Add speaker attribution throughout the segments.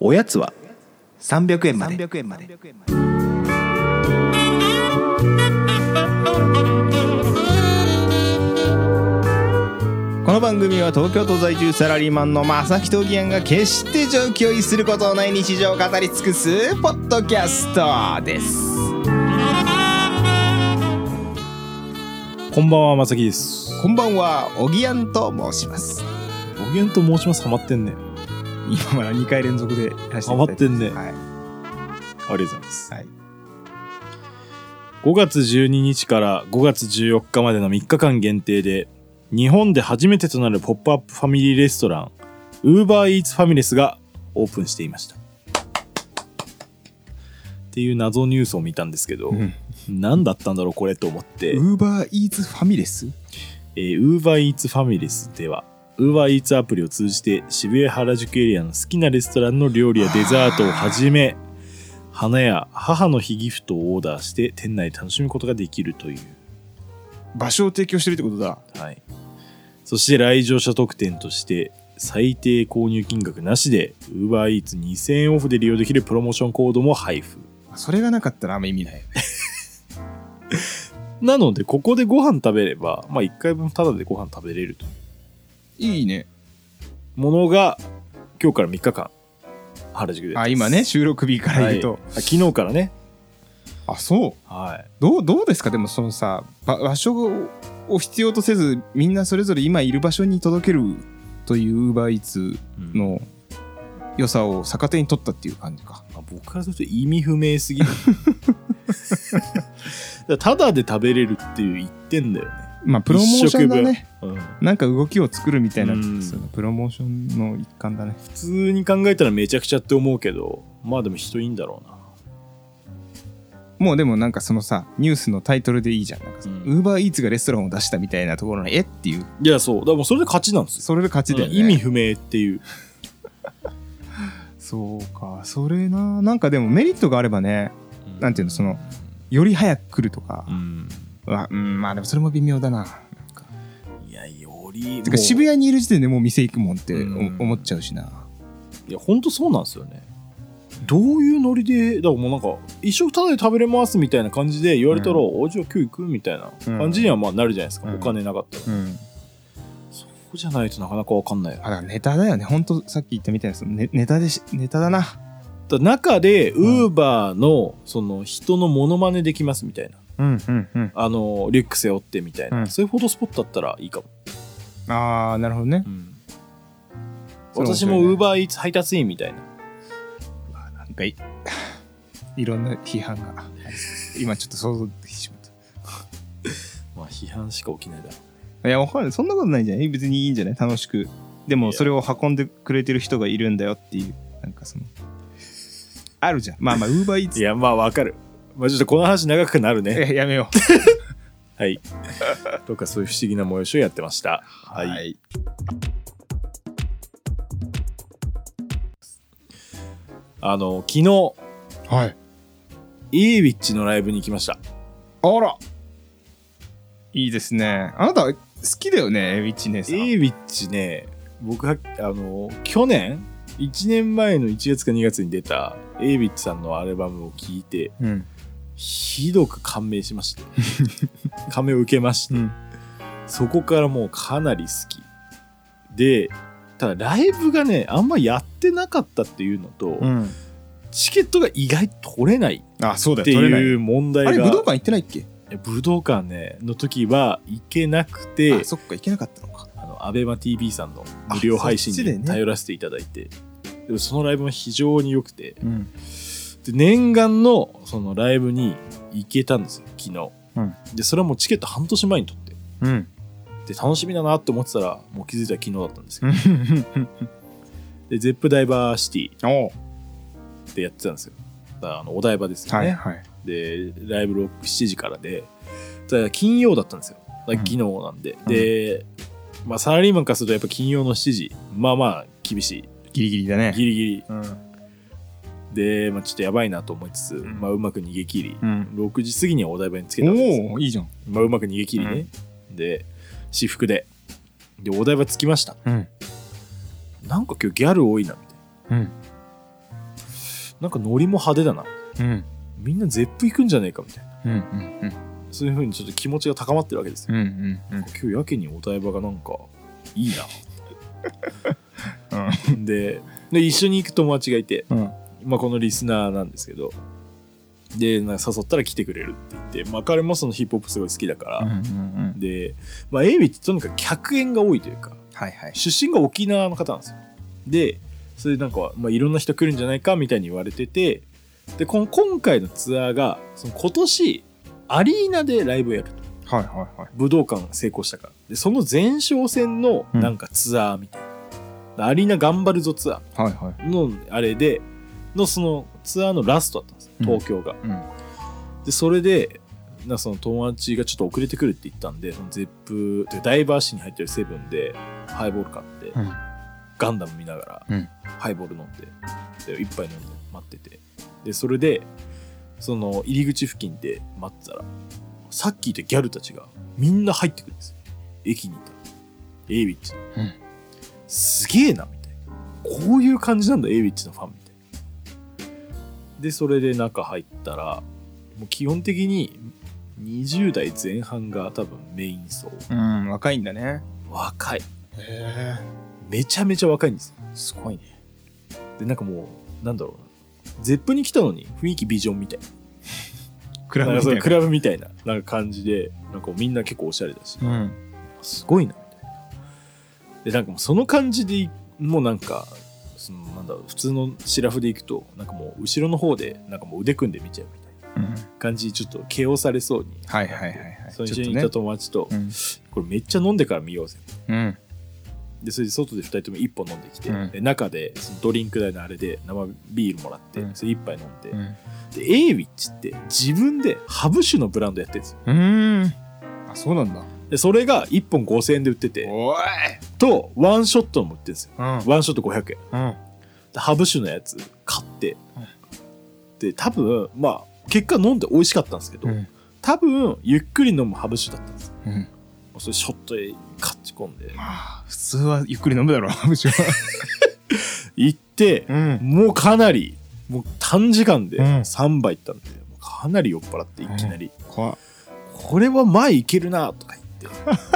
Speaker 1: おやつは300円まで
Speaker 2: 300円まで
Speaker 1: この番組は東京都在住サラリーマンの正木とぎやんが決して常軌を逸することのない日常を語り尽くすポッドキャストです
Speaker 3: こんばんは、まさきです。
Speaker 1: こんばんはおぎやんと申します
Speaker 3: おげんと申します。ハマってんね。
Speaker 1: 今まだ2回連続でやらせていただい
Speaker 3: 余ってんね
Speaker 1: はい
Speaker 3: ありがとうございます。
Speaker 1: はい
Speaker 3: 5月12日から5月14日までの3日間限定で、日本で初めてとなるポップアップファミリーレストラン、ウーバーイーツファミレスがオープンしていました。っていう謎ニュースを見たんですけど、 何だったんだろうこれと思って、
Speaker 1: ウーバーイーツファミレス
Speaker 3: えー、Uber Eats Families では Uber Eats アプリを通じて渋谷原宿エリアの好きなレストランの料理やデザートをはじめ花や母の日ギフトをオーダーして店内で楽しむことができるという、
Speaker 1: 場所を提供してるってことだ
Speaker 3: はい、そして来場者特典として最低購入金額なしで Uber Eats2000 円オフで利用できるプロモーションコードも配布
Speaker 1: それがなかったらあんま意味ないよね
Speaker 3: なのでここでご飯食べればまあ1回分タダでご飯食べれると
Speaker 1: いいね
Speaker 3: ものが今日から3日間原宿でやっ
Speaker 1: あ
Speaker 3: てます
Speaker 1: 今ね収録日から言うと、
Speaker 3: はいあ昨日からね
Speaker 1: あそう
Speaker 3: はい
Speaker 1: どうどうですかでもそのさば場所を必要とせずみんなそれぞれ今いる場所に届けるというウーバーイーツ
Speaker 3: の、
Speaker 1: の良さを逆手に取ったっていう感じか
Speaker 3: まあ僕からすると意味不明すぎる だからただで食べれるっていう一点だよね、
Speaker 1: まあプロモーションだ
Speaker 3: 一
Speaker 1: ね
Speaker 3: うん
Speaker 1: なんか動きを作るみたいな
Speaker 3: うん
Speaker 1: そのプロモーションの一環だね
Speaker 3: 普通に考えたらめちゃくちゃって思うけどまあでも人いいんだろうな
Speaker 1: もうでもなんかそのさニュースのタイトルでいいじゃんなんかさ
Speaker 3: うん
Speaker 1: ウーバーイーツがレストランを出したみたいなところのえっていう
Speaker 3: いやそうだからもうそれで勝ちなんですよ
Speaker 1: それで勝ちだよね、
Speaker 3: うん意味不明っていう
Speaker 1: そうかそれななんかでもメリットがあればねなんていうのそのより早く来るとか
Speaker 3: うん
Speaker 1: はうんまあでもそれも微妙だな
Speaker 3: いやより
Speaker 1: てか
Speaker 3: もう
Speaker 1: 渋谷にいる時点でもう店行くもんってお
Speaker 3: うん
Speaker 1: 思っちゃうしない
Speaker 3: やほんとそうなんですよねどういうノリでだからもうなんか一食ただで食べれますみたいな感じで言われたら、
Speaker 1: うん
Speaker 3: おじゃあ今日行くみたいな感じにはまあなるじゃないですか、
Speaker 1: うん
Speaker 3: お金なかったら、
Speaker 1: うん
Speaker 3: そうじゃないとなかなかわかんないよ
Speaker 1: あだからネタだよねほんとさっき言ったみたいなそのネネタでしネタだな
Speaker 3: だ中で
Speaker 1: ん
Speaker 3: ウーバーのその人のモノマネできますみたいな
Speaker 1: うんうんうん
Speaker 3: あのリュック背負ってみたいな、
Speaker 1: うん
Speaker 3: そういうフォトスポットだったらいいかも、
Speaker 1: ああなるほどねそれ面
Speaker 3: 私
Speaker 1: 白いね
Speaker 3: もウーバーイーツ配達員みたいな
Speaker 1: なんかいいろんな批判が今ちょっと想像できてしまっ
Speaker 3: まあ批判しか起きないだろ
Speaker 1: たいやわかんないそんなことないんじゃない別にいいんじゃない楽しくでも
Speaker 3: いや
Speaker 1: それを運んでくれてる人がいるんだよっていうなんかそのあるじゃんまあまあウーバーイー
Speaker 3: う
Speaker 1: ツ
Speaker 3: いやまあわかるまあちょっとこの話長くなるね
Speaker 1: やめよう
Speaker 3: はい とかそういう不思議な催しをやってましたはい、
Speaker 1: はい
Speaker 3: あの昨日
Speaker 1: はい
Speaker 3: イーウィッチのライブに行きました
Speaker 1: あらいいですね。あなた好きだよね、エビチ姉さん。
Speaker 3: イーウィッチね僕はあの去年1年前の1月か2月に出たエイビッチさんのアルバムを聴いて
Speaker 1: うん。
Speaker 3: ひどく感銘しま して感銘を受けまして、
Speaker 1: うん
Speaker 3: そこからもうかなり好きでただライブがねあんまやってなかったっていうのと、
Speaker 1: うん。
Speaker 3: チケットが意外と取れない
Speaker 1: あ、そうだ
Speaker 3: って
Speaker 1: よ、取れない
Speaker 3: い
Speaker 1: よ。
Speaker 3: う問題が
Speaker 1: あれ、武道館行ってないっけ
Speaker 3: いや武道館ねの時は行けなくて
Speaker 1: あ、そっか、行けなかったのか。
Speaker 3: あの、アベマ t v さんの無料配信
Speaker 1: あそっちで
Speaker 3: に
Speaker 1: ね
Speaker 3: 頼らせていただいて、でもそのライブも非常に良くて、
Speaker 1: うん。
Speaker 3: で、念願のそのライブに行けたんですよ、昨日。
Speaker 1: うん
Speaker 3: で、それはもうチケット半年前に取って、
Speaker 1: うん。
Speaker 3: で、楽しみだなって思ってたら、もう気づいたら昨日だったんですけ
Speaker 1: うん。
Speaker 3: ど、で、ゼップダイバーシティ
Speaker 1: おう
Speaker 3: ってやってたんですよ。だからあのお台場ですよ
Speaker 1: は
Speaker 3: ね、
Speaker 1: いはい。
Speaker 3: で、ライブ6 7時からで、ただ金曜だったんですよ。だから昨日なんで。で、まあ、サラリーマンからするとやっぱ金曜の7時、まあまあ厳しい。
Speaker 1: ギリギリだね。
Speaker 3: ギリギリ
Speaker 1: うん。
Speaker 3: で、まあ、ちょっとやばいなと思いつつ、
Speaker 1: ん
Speaker 3: まあ、うまく逃げ切り、
Speaker 1: うん。
Speaker 3: 6時過ぎにはお台場につけたんですよ
Speaker 1: おおいいじゃん。
Speaker 3: まあ、うまく逃げ切りね、で私服ででお台場着きました
Speaker 1: うん。
Speaker 3: なんか今日ギャル多いなみたい
Speaker 1: うん。
Speaker 3: ななんかノリも派手だな。
Speaker 1: うん
Speaker 3: みんなゼップ行くんじゃねえかみたいな。
Speaker 1: うんうん
Speaker 3: そういう風にちょっと気持ちが高まってるわけですよ。
Speaker 1: うんうんう
Speaker 3: 今
Speaker 1: ん
Speaker 3: 日やけにお台場がなんかいいな。でで、一緒に行く友達がいて、
Speaker 1: うん
Speaker 3: まあ、このリスナーなんですけど、で、なんか誘ったら来てくれるって言って、まあ、彼もそのヒップホップすごい好きだから、
Speaker 1: うん
Speaker 3: で、まあ、エイビってとにかく客演が多いというか、
Speaker 1: はいはい
Speaker 3: 出身が沖縄の方なんですよでそれでなんか、まあ、いろんな人来るんじゃないかみたいに言われててでこの今回のツアーがその今年アリーナでライブをやると
Speaker 1: はいはいはい
Speaker 3: 武道館成功したからでその前哨戦の
Speaker 1: うん
Speaker 3: なんかツアーみたいな、アリーナ頑張るぞツア
Speaker 1: はいはい
Speaker 3: ーのあれでのそのツアーのラストだったんですよ
Speaker 1: うん
Speaker 3: 東京が、
Speaker 1: うん
Speaker 3: でそれでなその友達がちょっと遅れてくるって言ったんでそのゼップでダイバーシーに入ってるセブンでハイボール買って、
Speaker 1: うん
Speaker 3: ガンダム見ながら、
Speaker 1: うん
Speaker 3: ハイボール飲んでで一杯飲んで待っててでそれでその入り口付近で待ってたらさっきいたギャルたちがみんな入ってくるんですよ駅にいたらエイビッチ、
Speaker 1: うん
Speaker 3: すげえなみたいなこういう感じなんだエイビッチのファンみたいなでそれで中入ったらもう基本的に20代前半が多分メイン層
Speaker 1: うん若いんだね
Speaker 3: 若い
Speaker 1: へ
Speaker 3: めちゃめちゃ若いんですよ
Speaker 1: えすごいね
Speaker 3: でなんかもうなんだろうなゼップに来たのに雰囲気ビジョンみたい
Speaker 1: ク
Speaker 3: ななんかそうク
Speaker 1: ラ
Speaker 3: ラブみたいななんか感じでなんかみんな結構おしゃれだし、
Speaker 1: うん
Speaker 3: すごいなみたいなでなんかもうその感じでもうなんかそのなんだろう普通のシラフで行くとなんかもう後ろの方でなんかもう腕組んで見ちゃうみたい
Speaker 1: うん
Speaker 3: な感じでちょっと KO されそうに
Speaker 1: はいはいはいはい
Speaker 3: その一緒にいた友達と
Speaker 1: うん
Speaker 3: これめっちゃ飲んでから見ようぜ
Speaker 1: うん
Speaker 3: でそれで外で2人とも1本飲んできて、
Speaker 1: うん
Speaker 3: で中でそのドリンク代のあれで生ビールもらって、
Speaker 1: うん
Speaker 3: それ1杯飲んで、
Speaker 1: うん
Speaker 3: で、エイウィッチって自分でハブ酒のブランドやってるんですよ。
Speaker 1: うんあそうなんだ
Speaker 3: で、それが1本5000円で売ってて、
Speaker 1: おい
Speaker 3: と、ワンショットのも売ってるんですよ。
Speaker 1: うん
Speaker 3: ワンショット500円。
Speaker 1: うん
Speaker 3: で、ハブ酒のやつ買って
Speaker 1: うん、
Speaker 3: で、多分、まあ、結果飲んで美味しかったんですけど、
Speaker 1: うん
Speaker 3: 多分、ゆっくり飲むハブ酒だったんですよ。
Speaker 1: うん
Speaker 3: もうそれショットで勝ち込んで、
Speaker 1: まあ普通はゆっくり飲むだろう むしろ
Speaker 3: 行って、
Speaker 1: うん
Speaker 3: もうかなり、もう短時間で
Speaker 1: うん
Speaker 3: 3杯行ったんで、もうかなり酔っ払っていきなり、
Speaker 1: 怖っ
Speaker 3: これは前いけるなとか言って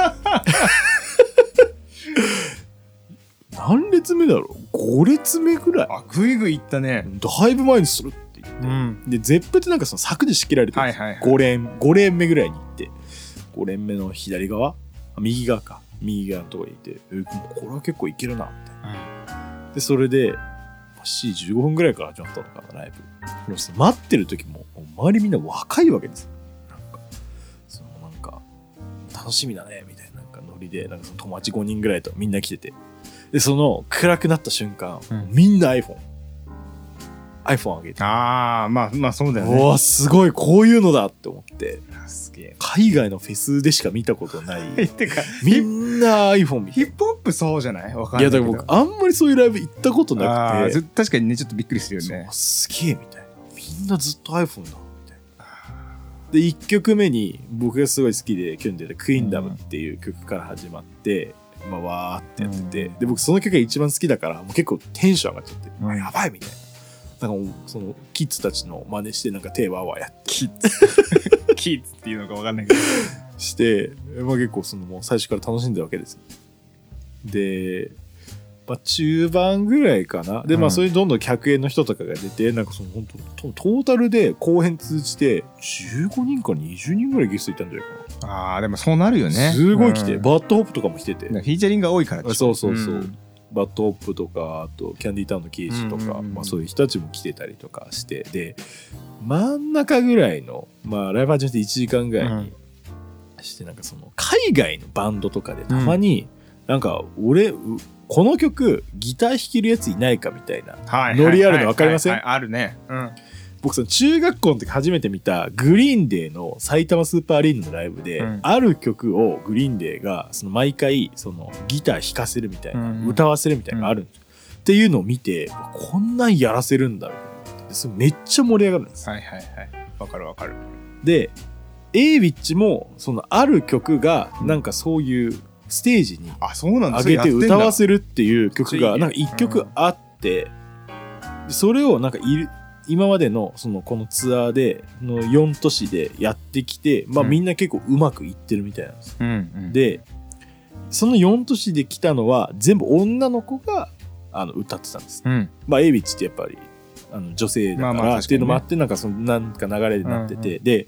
Speaker 3: 何列目だろう5列目ぐらい
Speaker 1: あぐいぐいいったね
Speaker 3: だいぶ前にするって言って、
Speaker 1: うん
Speaker 3: でゼップってなんかその柵で仕切られてるんですよ、
Speaker 1: はいはいはい
Speaker 3: 5連5連目ぐらいに行って5連目の左側あ右側か右側のとこにいてえこれは結構いけるなみたいなでそれでまあ4時15分ぐらいから始まったのかなライブでもその待ってる時ももう周りみんな若いわけですよなんかそのなんか楽しみだねみたいななんかノリでなんかその友達5人ぐらいとみんな来ててでその暗くなった瞬間、
Speaker 1: うん
Speaker 3: みんな iPhoneiPhone あげて
Speaker 1: ああまあまあそうだよ
Speaker 3: う
Speaker 1: ね
Speaker 3: わすごいこういうのだって思って
Speaker 1: すげえ
Speaker 3: 海外のフェスでしか見たことない
Speaker 1: てか
Speaker 3: みんな iPhone 見て
Speaker 1: ヒップホップそうじゃないわかん
Speaker 3: い
Speaker 1: ない
Speaker 3: や
Speaker 1: け
Speaker 3: だ
Speaker 1: ど
Speaker 3: から僕あんまりそういうライブ行ったこと
Speaker 1: あ
Speaker 3: な
Speaker 1: ー
Speaker 3: くて
Speaker 1: ず確かにねちょっとびっくりするよ
Speaker 3: そう
Speaker 1: ね
Speaker 3: すげえみたいなみんなずっと iPhone だみたいなで1曲目に僕がすごい好きで去年出た「クインダム」っていう曲から始まって、まあ、わーってやってて、
Speaker 1: うん
Speaker 3: で僕その曲が一番好きだからもう結構テンション上がっちゃって、
Speaker 1: うん
Speaker 3: やばいみたいななんかもうそのキッズたちの真似してなんか手わーわーやって
Speaker 1: キッズキッズっていうのかわかんないけど
Speaker 3: して、まあ、結構そのもう最初から楽しんでるわけですよで、まあ、中盤ぐらいかなでま
Speaker 1: う
Speaker 3: あ
Speaker 1: ん
Speaker 3: それにどんどん客演の人とかが出て、なんかその本当トトータルで後編通じて15人か20人ぐらいゲストいたんじゃないか
Speaker 1: ああでもそうなるよ
Speaker 3: な、
Speaker 1: ね
Speaker 3: すごい来て、
Speaker 1: うん
Speaker 3: バッドホップとかも来てて
Speaker 1: フィーチャリングが多いから
Speaker 3: そうそうそう、
Speaker 1: ん
Speaker 3: バッドホップとかあとキャンディータウンの刑事とか、
Speaker 1: うんうんうん
Speaker 3: まあ、そういう人たちも来てたりとかしてで真ん中ぐらいの、まあ、ライブ始めて1時間ぐらいに、してなんかその海外のバンドとかでたまに、なんか俺うこの曲ギター弾けるやついないかみたいな
Speaker 1: はい
Speaker 3: ノリあるのわかりません
Speaker 1: はいはいはいあるねうん
Speaker 3: 僕その中学校の時初めて見たグリーンデーの埼玉スーパーアリーナのライブで、
Speaker 1: うん
Speaker 3: ある曲をグリーンデーがその毎回そのギター弾かせるみたいな、
Speaker 1: うん
Speaker 3: 歌わせるみたいなのがあるんですよ、っていうのを見てこんなんやらせるんだみたいなでそれめっちゃ盛り上がるんですよ
Speaker 1: はいはいはいわかるわかる
Speaker 3: で A ビッチもそのある曲がなんかそういうステージに
Speaker 1: あそうなんだ
Speaker 3: 上げて歌わせるっていう曲
Speaker 1: それや
Speaker 3: が
Speaker 1: ってん
Speaker 3: な
Speaker 1: だ
Speaker 3: んか1曲あってそれをなんかいる今までのそのこのツアーでの4都市でやってきて、まあ、
Speaker 1: うん
Speaker 3: みんな結構うまくいってるみたいなんです。
Speaker 1: うんうん、
Speaker 3: でその4都市で来たのは全部女の子があの歌ってたんです。
Speaker 1: うん、
Speaker 3: まあ、エイビッチってやっぱりあの女性だから、
Speaker 1: まあまあ
Speaker 3: っていうのもあってなんかそのなんか流れになってて、で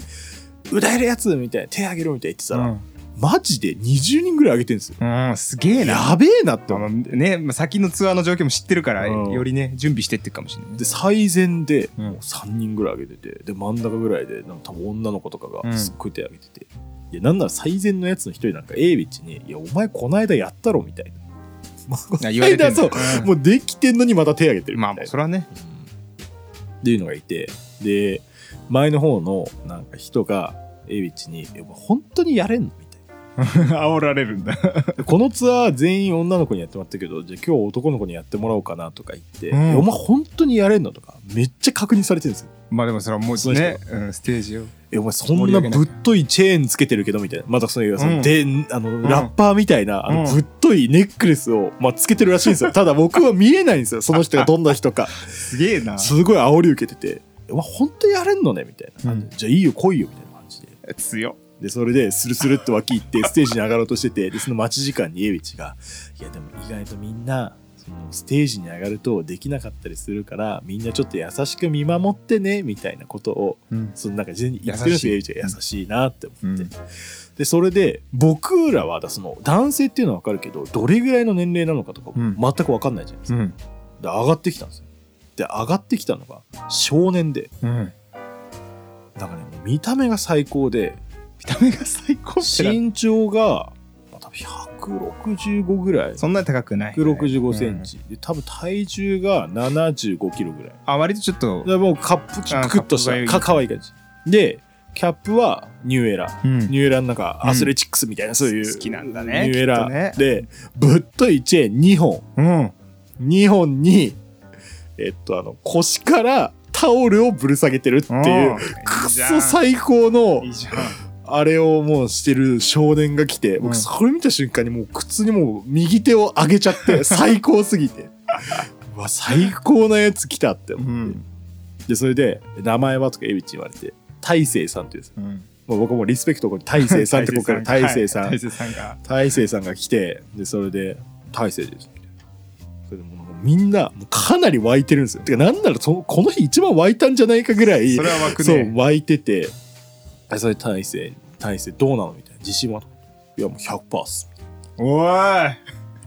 Speaker 3: 歌えるやつみたいな手あげろみたいな言ってたら、マジで20人ぐらいあげてるんですよ。
Speaker 1: うん、うん、すげえな。
Speaker 3: やべえなって
Speaker 1: あ
Speaker 3: 思
Speaker 1: の
Speaker 3: っ
Speaker 1: ね、まあ先のツアーの状況も知ってるから、
Speaker 3: うん
Speaker 1: よりね、準備してってるかもしれないね
Speaker 3: て。最善で
Speaker 1: うん
Speaker 3: もう3人ぐらいあげててで真ん中ぐらいでなんか多分女の子とか
Speaker 1: う
Speaker 3: が
Speaker 1: ん
Speaker 3: すっごい手あげてて、いやなんなら最善のやつの一人なんかエイビッチに「いやお前こないだやったろ」みたいな。
Speaker 1: あ言われてん だ
Speaker 3: そう、
Speaker 1: うん
Speaker 3: もうできてんのにまた手あげてるみた
Speaker 1: ま
Speaker 3: いな
Speaker 1: あ、それ はね。
Speaker 3: っていうのがいてで前の方のなんか人がエイビッチにえ「お前本当にやれんの?」みたいな
Speaker 1: 煽られるんだ。
Speaker 3: でこのツアー全員女の子にやってもらったけどじゃあ今日男の子にやってもらおうかなとか言って「
Speaker 1: うん
Speaker 3: えお前本当にやれんの?」とかめっちゃ確認されてるんですよ。
Speaker 1: まあでもそれはも
Speaker 3: そううで
Speaker 1: ね、うん、ステージを。
Speaker 3: えお前そんなぶっといチェーンつけてるけどみたいなまたその,、そのであのラッパーみたいな、あの
Speaker 1: うん
Speaker 3: ぶっといネックレスを、まあ、つけてるらしいん ですよただ僕は見えないんですよその人がどんな人か
Speaker 1: すげえな。
Speaker 3: すごい煽り受けてて「お前本当やれんのね」みたいな感じで、
Speaker 1: う
Speaker 3: じゃあいいよ来いよ」みたいな感じで
Speaker 1: 強。
Speaker 3: でそれでスルスルっと脇行ってステージに上がろうとしててでその待ち時間にエビチが「いやでも意外とみんなそのステージに上がるとできなかったりするからみんなちょっと優しく見守ってね」みたいなことを
Speaker 1: うん。
Speaker 3: そのなんか事前に言ってるんですよエ
Speaker 1: 優
Speaker 3: ビ
Speaker 1: し
Speaker 3: チ
Speaker 1: い
Speaker 3: が優しいなって思って、
Speaker 1: うん
Speaker 3: でそれで僕らはだその男性っていうのは分かるけどどれぐらいの年齢なのかとか
Speaker 1: うん
Speaker 3: 全く分かんないじゃないです
Speaker 1: う
Speaker 3: か、
Speaker 1: ん。
Speaker 3: で上がってきたんですよで上がってきたのが少年で
Speaker 1: うん。
Speaker 3: なんかね見た目が最高で
Speaker 1: 見た目が最高ってな
Speaker 3: 身長がまあ多分165ぐらい
Speaker 1: そんなに高くない。
Speaker 3: 165セン
Speaker 1: うん。
Speaker 3: チ、で多分体重が75キロぐらい
Speaker 1: あ、割とちょっと。
Speaker 3: でもうカップ
Speaker 1: あ
Speaker 3: キクッとし
Speaker 1: カップがいい
Speaker 3: たか可愛い感じでキャップはニューエラ
Speaker 1: うん
Speaker 3: ニューエラの中
Speaker 1: うん
Speaker 3: アスレチックスみたいな、そういう
Speaker 1: 好きなんだね
Speaker 3: ニューエ
Speaker 1: きっ
Speaker 3: ラ、
Speaker 1: とね
Speaker 3: でぶっといチェーン2本
Speaker 1: うん。
Speaker 3: 2本にえっとあの腰からタオルをぶる下げてるって
Speaker 1: ん
Speaker 3: いうくっそ最高の
Speaker 1: いいじゃん。
Speaker 3: あれをもうしてる少年が来て、
Speaker 1: うん
Speaker 3: 僕それ見た瞬間にもう靴にもう右手を上げちゃ って、最高すぎて。うわ、最高なやつ来たって思
Speaker 1: う
Speaker 3: って。
Speaker 1: ん。
Speaker 3: で、それで、名前はとかエビチに言われて、大勢さんっていうんですよ。
Speaker 1: うん。
Speaker 3: もう僕もリスペクトをここに大勢 さんってここから大勢さ
Speaker 1: は
Speaker 3: ん
Speaker 1: い。大勢さんが。
Speaker 3: 大勢さんが来て、で、それで、大勢です。みたいなそれでもうみんな、もうかなり湧いてるんですよ。てか、なんならその、この日一番湧いたんじゃないかぐらい。
Speaker 1: それは湧く
Speaker 3: そう
Speaker 1: ね。
Speaker 3: 湧いてて「えそれ大勢大勢どうなの?」みたいな自信はいやもう100%っす
Speaker 1: おー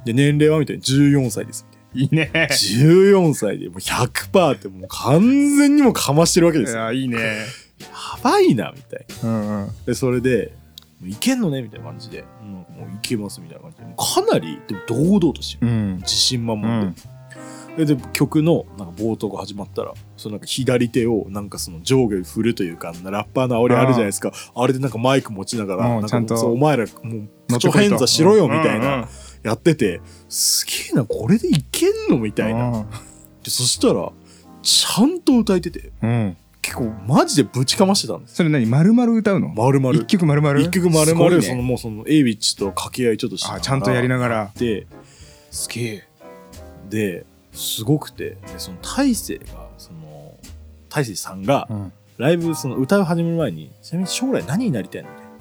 Speaker 3: で年齢はみたいな14歳ですみたいない
Speaker 1: いいね。
Speaker 3: 14歳でもう100%ってもう完全にもうかましてるわけ
Speaker 1: い
Speaker 3: ですよや
Speaker 1: や、いいね。
Speaker 3: ばいなみたいな
Speaker 1: うんうん。
Speaker 3: でそれで「もういけんのね?」みたいな感じで「うんもういけます」みたいな感じでもうかなりでも堂々としてる
Speaker 1: うん。
Speaker 3: 自信満
Speaker 1: う
Speaker 3: 々で、
Speaker 1: ん。
Speaker 3: でで曲のなんか冒頭が始まったらそのなんか左手をなんかその上下に振るというかあのラッパーの煽りあるじゃないですかあれでなんかマイク持ちながら
Speaker 1: うん
Speaker 3: なんか
Speaker 1: ちゃんと
Speaker 3: そうお前らもう口調偏差しろよみたい
Speaker 1: うんうん
Speaker 3: なやっててすげえなこれでいけんのみたいなでそしたらちゃんと歌えてて
Speaker 1: うん。うん
Speaker 3: 結構マジでぶちかましてたんです
Speaker 1: それ何丸々歌うの
Speaker 3: 丸々
Speaker 1: 一曲丸々
Speaker 3: 一曲丸々、
Speaker 1: す
Speaker 3: そ
Speaker 1: ごい
Speaker 3: の
Speaker 1: ね
Speaker 3: もうそのエイビッチと掛け合いちょっとして
Speaker 1: あちゃんとやりながら
Speaker 3: ですげえですごくてでその大勢がその大勢さんが
Speaker 1: うん
Speaker 3: ライブその歌を始める前に「ちなみに将来何になりたいの?」みたいな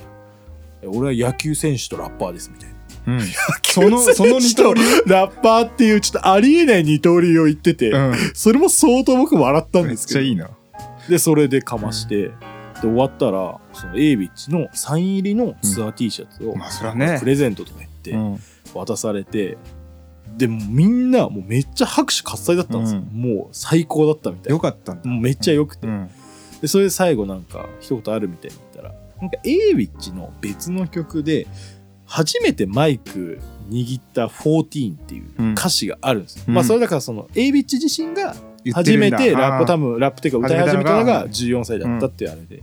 Speaker 3: え俺は野球選手とラッパーです」みたいな
Speaker 1: うん そのその二刀
Speaker 3: 流 ラッパーっていうちょっとありえない二刀流を言ってて、
Speaker 1: うん
Speaker 3: それも相当僕笑ったん
Speaker 1: め
Speaker 3: で
Speaker 1: っ
Speaker 3: す
Speaker 1: ちゃ
Speaker 3: けど
Speaker 1: いいな
Speaker 3: でそれでかまして、で終わったらそのエイビッチのサイン入りのツアー T シャツを、
Speaker 1: まあそれはね
Speaker 3: プレゼントとか言って、
Speaker 1: うん
Speaker 3: 渡されてでもうみんなもうめっちゃ拍手喝采だったんですよ、
Speaker 1: うん
Speaker 3: もう最高だったみたい
Speaker 1: よ
Speaker 3: な
Speaker 1: かったんだ
Speaker 3: もうめっちゃ良くて、
Speaker 1: うん
Speaker 3: でそれで最後なんか一言あるみたいに言ったらなんかエイビッチの別の曲で初めてマイク握った「14」っていう歌詞があるんですよ、
Speaker 1: うん
Speaker 3: まあそれだからそのエイビッチ自身が
Speaker 1: 言っ
Speaker 3: 初
Speaker 1: てるん
Speaker 3: め
Speaker 1: だ
Speaker 3: てラップ
Speaker 1: あ
Speaker 3: 多
Speaker 1: ー
Speaker 3: 分ラップっていうか歌い始めたの
Speaker 1: 始めたのが
Speaker 3: が14歳だったっていうあれで,、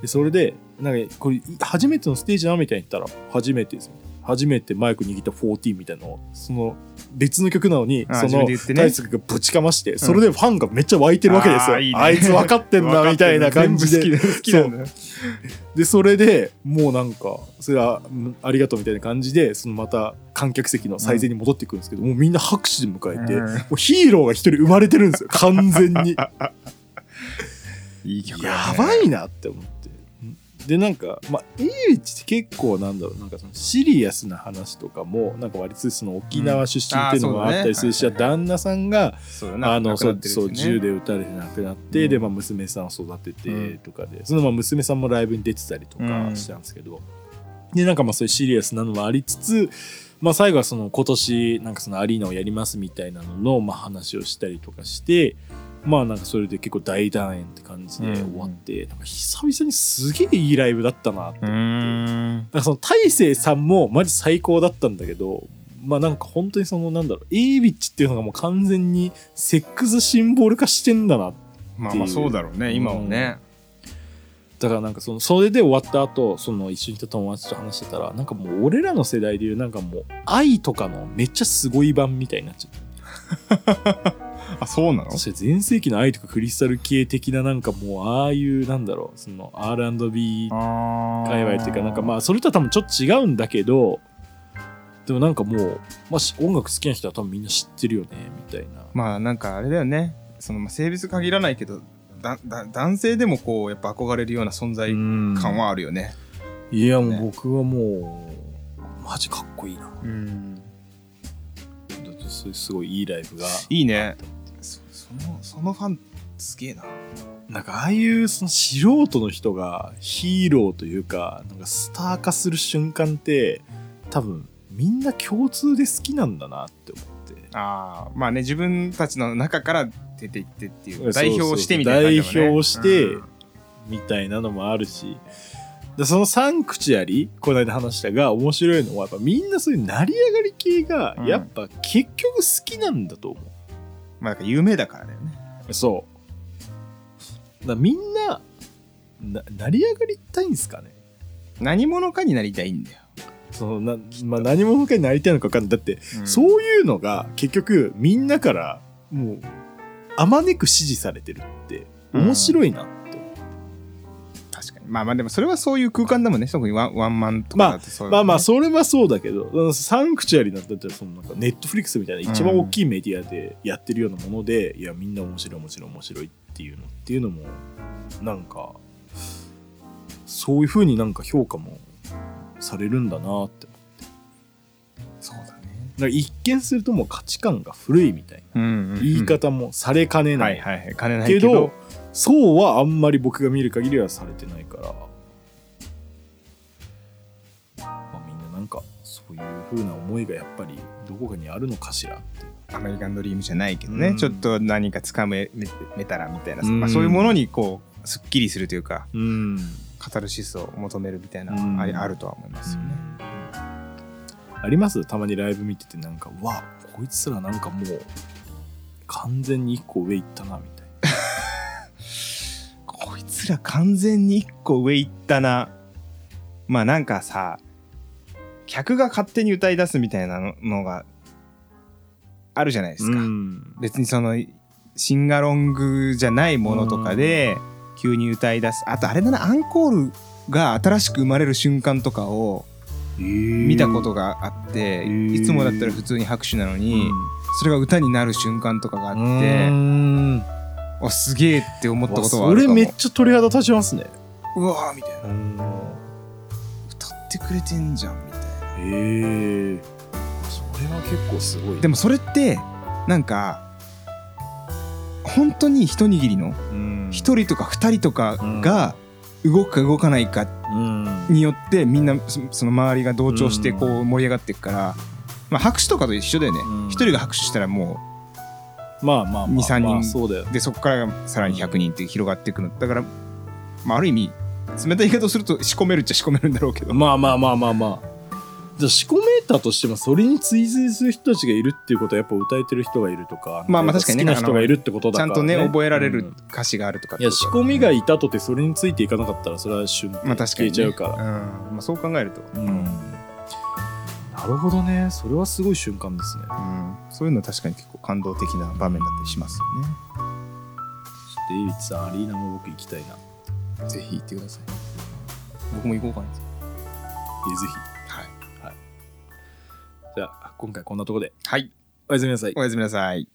Speaker 3: でそれでなんかこれ初めてのステージなのみたいに言ったら初めてです初めてマイク握った14みたいなのをその別の曲なのに
Speaker 1: あー
Speaker 3: そ
Speaker 1: 自分
Speaker 3: の
Speaker 1: で言ってね
Speaker 3: 大輔がぶちかましてそれでファンがめっちゃ湧いてるわけですよ、
Speaker 1: あーいいね
Speaker 3: あいつ分かってん
Speaker 1: 分かっ
Speaker 3: な
Speaker 1: て
Speaker 3: みたいな感じで
Speaker 1: 全部好きだ好きなんだよ
Speaker 3: でそれでもうなんかそれはうんありがとうみたいな感じでそのまた観客席の最前に戻ってくるんですけど、もうみんな拍手で迎えて、
Speaker 1: うん
Speaker 3: もうヒーローが一人生まれてるんですよ完全に
Speaker 1: いい曲だ、ね、
Speaker 3: やばいなって思ってでなんかまあ A って結構なんだろうなんかそのシリアスな話とかもなんか割とその沖縄出身っていうの
Speaker 1: うん
Speaker 3: も
Speaker 1: あー
Speaker 3: あ
Speaker 1: そ
Speaker 3: っ
Speaker 1: うだね
Speaker 3: たりするし、
Speaker 1: はいはい
Speaker 3: 旦那さんが
Speaker 1: そうだな
Speaker 3: あの
Speaker 1: 亡くな
Speaker 3: そ
Speaker 1: っ
Speaker 3: う
Speaker 1: てるし
Speaker 3: そう
Speaker 1: ね
Speaker 3: 銃で撃たれて亡くなって、
Speaker 1: うん
Speaker 3: で、まあ、娘さんを育て
Speaker 1: う
Speaker 3: てとかで、そのまあ娘さんもライブに出てたりとか
Speaker 1: うん
Speaker 3: したんですけど、でなんかまあそういうシリアスなのもありつつ、まあ、最後はその今年なんかそのアリーナをやりますみたいなののまあ話をしたりとかして。まあなんかそれで結構大団円って感じで終わって、なんか久々にすげえいいライブだったなって
Speaker 1: うーん
Speaker 3: なんかその大勢さんもマジ最高だったんだけどまあなんか本当にそのなんだろうエイビッチっていうのがもう完全にセックスシンボル化してんだな
Speaker 1: まあまあそうだろうね今はね、
Speaker 3: だからなんかそのそれで終わった後その一緒にいた友達と話してたらなんかもう俺らの世代でいうなんかもう愛とかのめっちゃすごい版みたいになっちゃって
Speaker 1: あそうなの
Speaker 3: そして全盛期の愛とかクリスタル系的ななんかもうああいうなんだろうその R&B 界
Speaker 1: 界
Speaker 3: 隈っていうかなんかまあそれとは多分ちょっと違うんだけどでもなんかもう、まあ、し音楽好きな人は多分みんな知ってるよねみたいな
Speaker 1: まあなんかあれだよねそのまあ性別限らないけどだだ男性でもこうやっぱ憧れるような存在感はあるよね
Speaker 3: いやも
Speaker 1: ね
Speaker 3: う僕はもうマジかっこいいなだ
Speaker 1: うん
Speaker 3: ってそういうすごいいいライブが
Speaker 1: いいねそそのそのファンすげえな
Speaker 3: なんかああいうその素人の人がヒーローというかなんかスター化する瞬間って多分みんな共通で好きなんだなって思って
Speaker 1: あーまあね自分たちの中から出ていってっていう
Speaker 3: そうそう
Speaker 1: 代表してみたいな感じだもんね
Speaker 3: 代表して
Speaker 1: うん
Speaker 3: みたいなのもあるしでその3口ありこの間話したが面白いのはやっぱみんなそういう成り上がり系が
Speaker 1: うん
Speaker 3: やっぱ結局好きなんだと思う、
Speaker 1: まあなんか有名だからだよね
Speaker 3: そうだからみんなな成り上がりたいんですかね
Speaker 1: 何者かになりたいんだよ、
Speaker 3: そのな、まあ、何者かになりたいのか分かんないだって、
Speaker 1: うん
Speaker 3: そういうのが結局みんなからもうあまねく支持されてるって面白いなって思う
Speaker 1: 確かにまあまあでもそれはそういう空間だもんね特にワンワンマンとかだとそういう
Speaker 3: ま
Speaker 1: の
Speaker 3: あ
Speaker 1: ね、
Speaker 3: まあそれはそうだけどあのサンクチュアリなんだったらそのなんかネットフリックスみたいな一番大きいメディアでやってるようなもので、いやみんな面白い面白い面白いっていうのっていうのもなんかそういうふうになんか評価もされるんだなってだか
Speaker 1: そうだね
Speaker 3: ら一見するともう価値観が古いみたいな
Speaker 1: うんうんうん
Speaker 3: 言い方もされかねな、
Speaker 1: はいいはいはい金ない
Speaker 3: け
Speaker 1: け
Speaker 3: ど
Speaker 1: ど
Speaker 3: そうはあんまり僕が見る限りはされてないから、まあ、みんななんかそういう風な思いがやっぱりどこかにあるのかしらって
Speaker 1: アメリカンドリームじゃないけどね、
Speaker 3: うん
Speaker 1: ちょっと何か掴めめめたらみたいな、
Speaker 3: うん
Speaker 1: まあ、そういうものにこうすっきりするというか
Speaker 3: うん
Speaker 1: カタルシスを求めるみたいな、
Speaker 3: うん
Speaker 1: ありあるとは思いますよね、
Speaker 3: ありますたまにライブ見ててなんかうわこいつらなんかもう完全に一個上行ったなみたいな
Speaker 1: こいつら完全に一個上行ったなまあなんかさ客が勝手に歌い出すみたいなののがあるじゃないですか、
Speaker 3: うん
Speaker 1: 別にそのシンガロングじゃないものとかで急に歌い出すあとあれだなアンコールが新しく生まれる瞬間とかを見
Speaker 3: 見
Speaker 1: たことがあって、
Speaker 3: ー
Speaker 1: いつもだったら普通に拍手なの
Speaker 3: う
Speaker 1: に、それが歌になる瞬間とかがあ
Speaker 3: ん
Speaker 1: って、
Speaker 3: うん
Speaker 1: おすげえって思ったことはあ
Speaker 3: わそれ
Speaker 1: るかも
Speaker 3: めっちゃ鳥肌立ちますね
Speaker 1: うわーみたいな
Speaker 3: うん
Speaker 1: 歌ってくれてんじゃんみたいな
Speaker 3: へえそれは結構すごい
Speaker 1: でもそれってなんか本当に一握りの
Speaker 3: うん
Speaker 1: 一人とか二人とかが動くか動かないか
Speaker 3: うん
Speaker 1: によってみんなそその周りが同調して
Speaker 3: うん
Speaker 1: こう盛り上がっていくから、まあ、拍手とかと一緒だよね
Speaker 3: うん
Speaker 1: 一人が拍手したらも
Speaker 3: まあまあ、まあ、
Speaker 1: 二三人
Speaker 3: まあそうだよね
Speaker 1: うでそこからさらに100人って広がっていくのだから、まあ、ある意味冷たい言い方をすると仕込めるっちゃ仕込めるんだろうけど、
Speaker 3: まあまあまあまあまあじゃあ仕込めたとしてもそれに追随する人たちがいるっていうことはやっぱ歌えてる人がいるとか
Speaker 1: まあまあ確かにね
Speaker 3: 好きな人がいるってことだ
Speaker 1: ち
Speaker 3: か
Speaker 1: ゃ
Speaker 3: ら、
Speaker 1: ん
Speaker 3: ね、
Speaker 1: とね覚えられ
Speaker 3: う
Speaker 1: る
Speaker 3: ん
Speaker 1: 歌詞があるとか
Speaker 3: い
Speaker 1: って
Speaker 3: や
Speaker 1: こと
Speaker 3: 仕
Speaker 1: だ
Speaker 3: 込みがいたとてそれについていかなかったらそれは瞬
Speaker 1: まあ確か
Speaker 3: 消
Speaker 1: に、
Speaker 3: え
Speaker 1: ね、
Speaker 3: ちゃうから、
Speaker 1: うんまあ、そう考えると、
Speaker 3: うんなるほどねそれはすごい瞬間ですね
Speaker 1: うんそういうの確かに結構感動的な場面だったりしますよね
Speaker 3: デイビッドさんアリーナも僕行きたいないやぜ
Speaker 1: ぜひ行ってください僕も行こうかな
Speaker 3: ひ
Speaker 1: はい
Speaker 3: じゃあ今回こんなとこで
Speaker 1: はい
Speaker 3: おやすみなさい
Speaker 1: おやすみなさい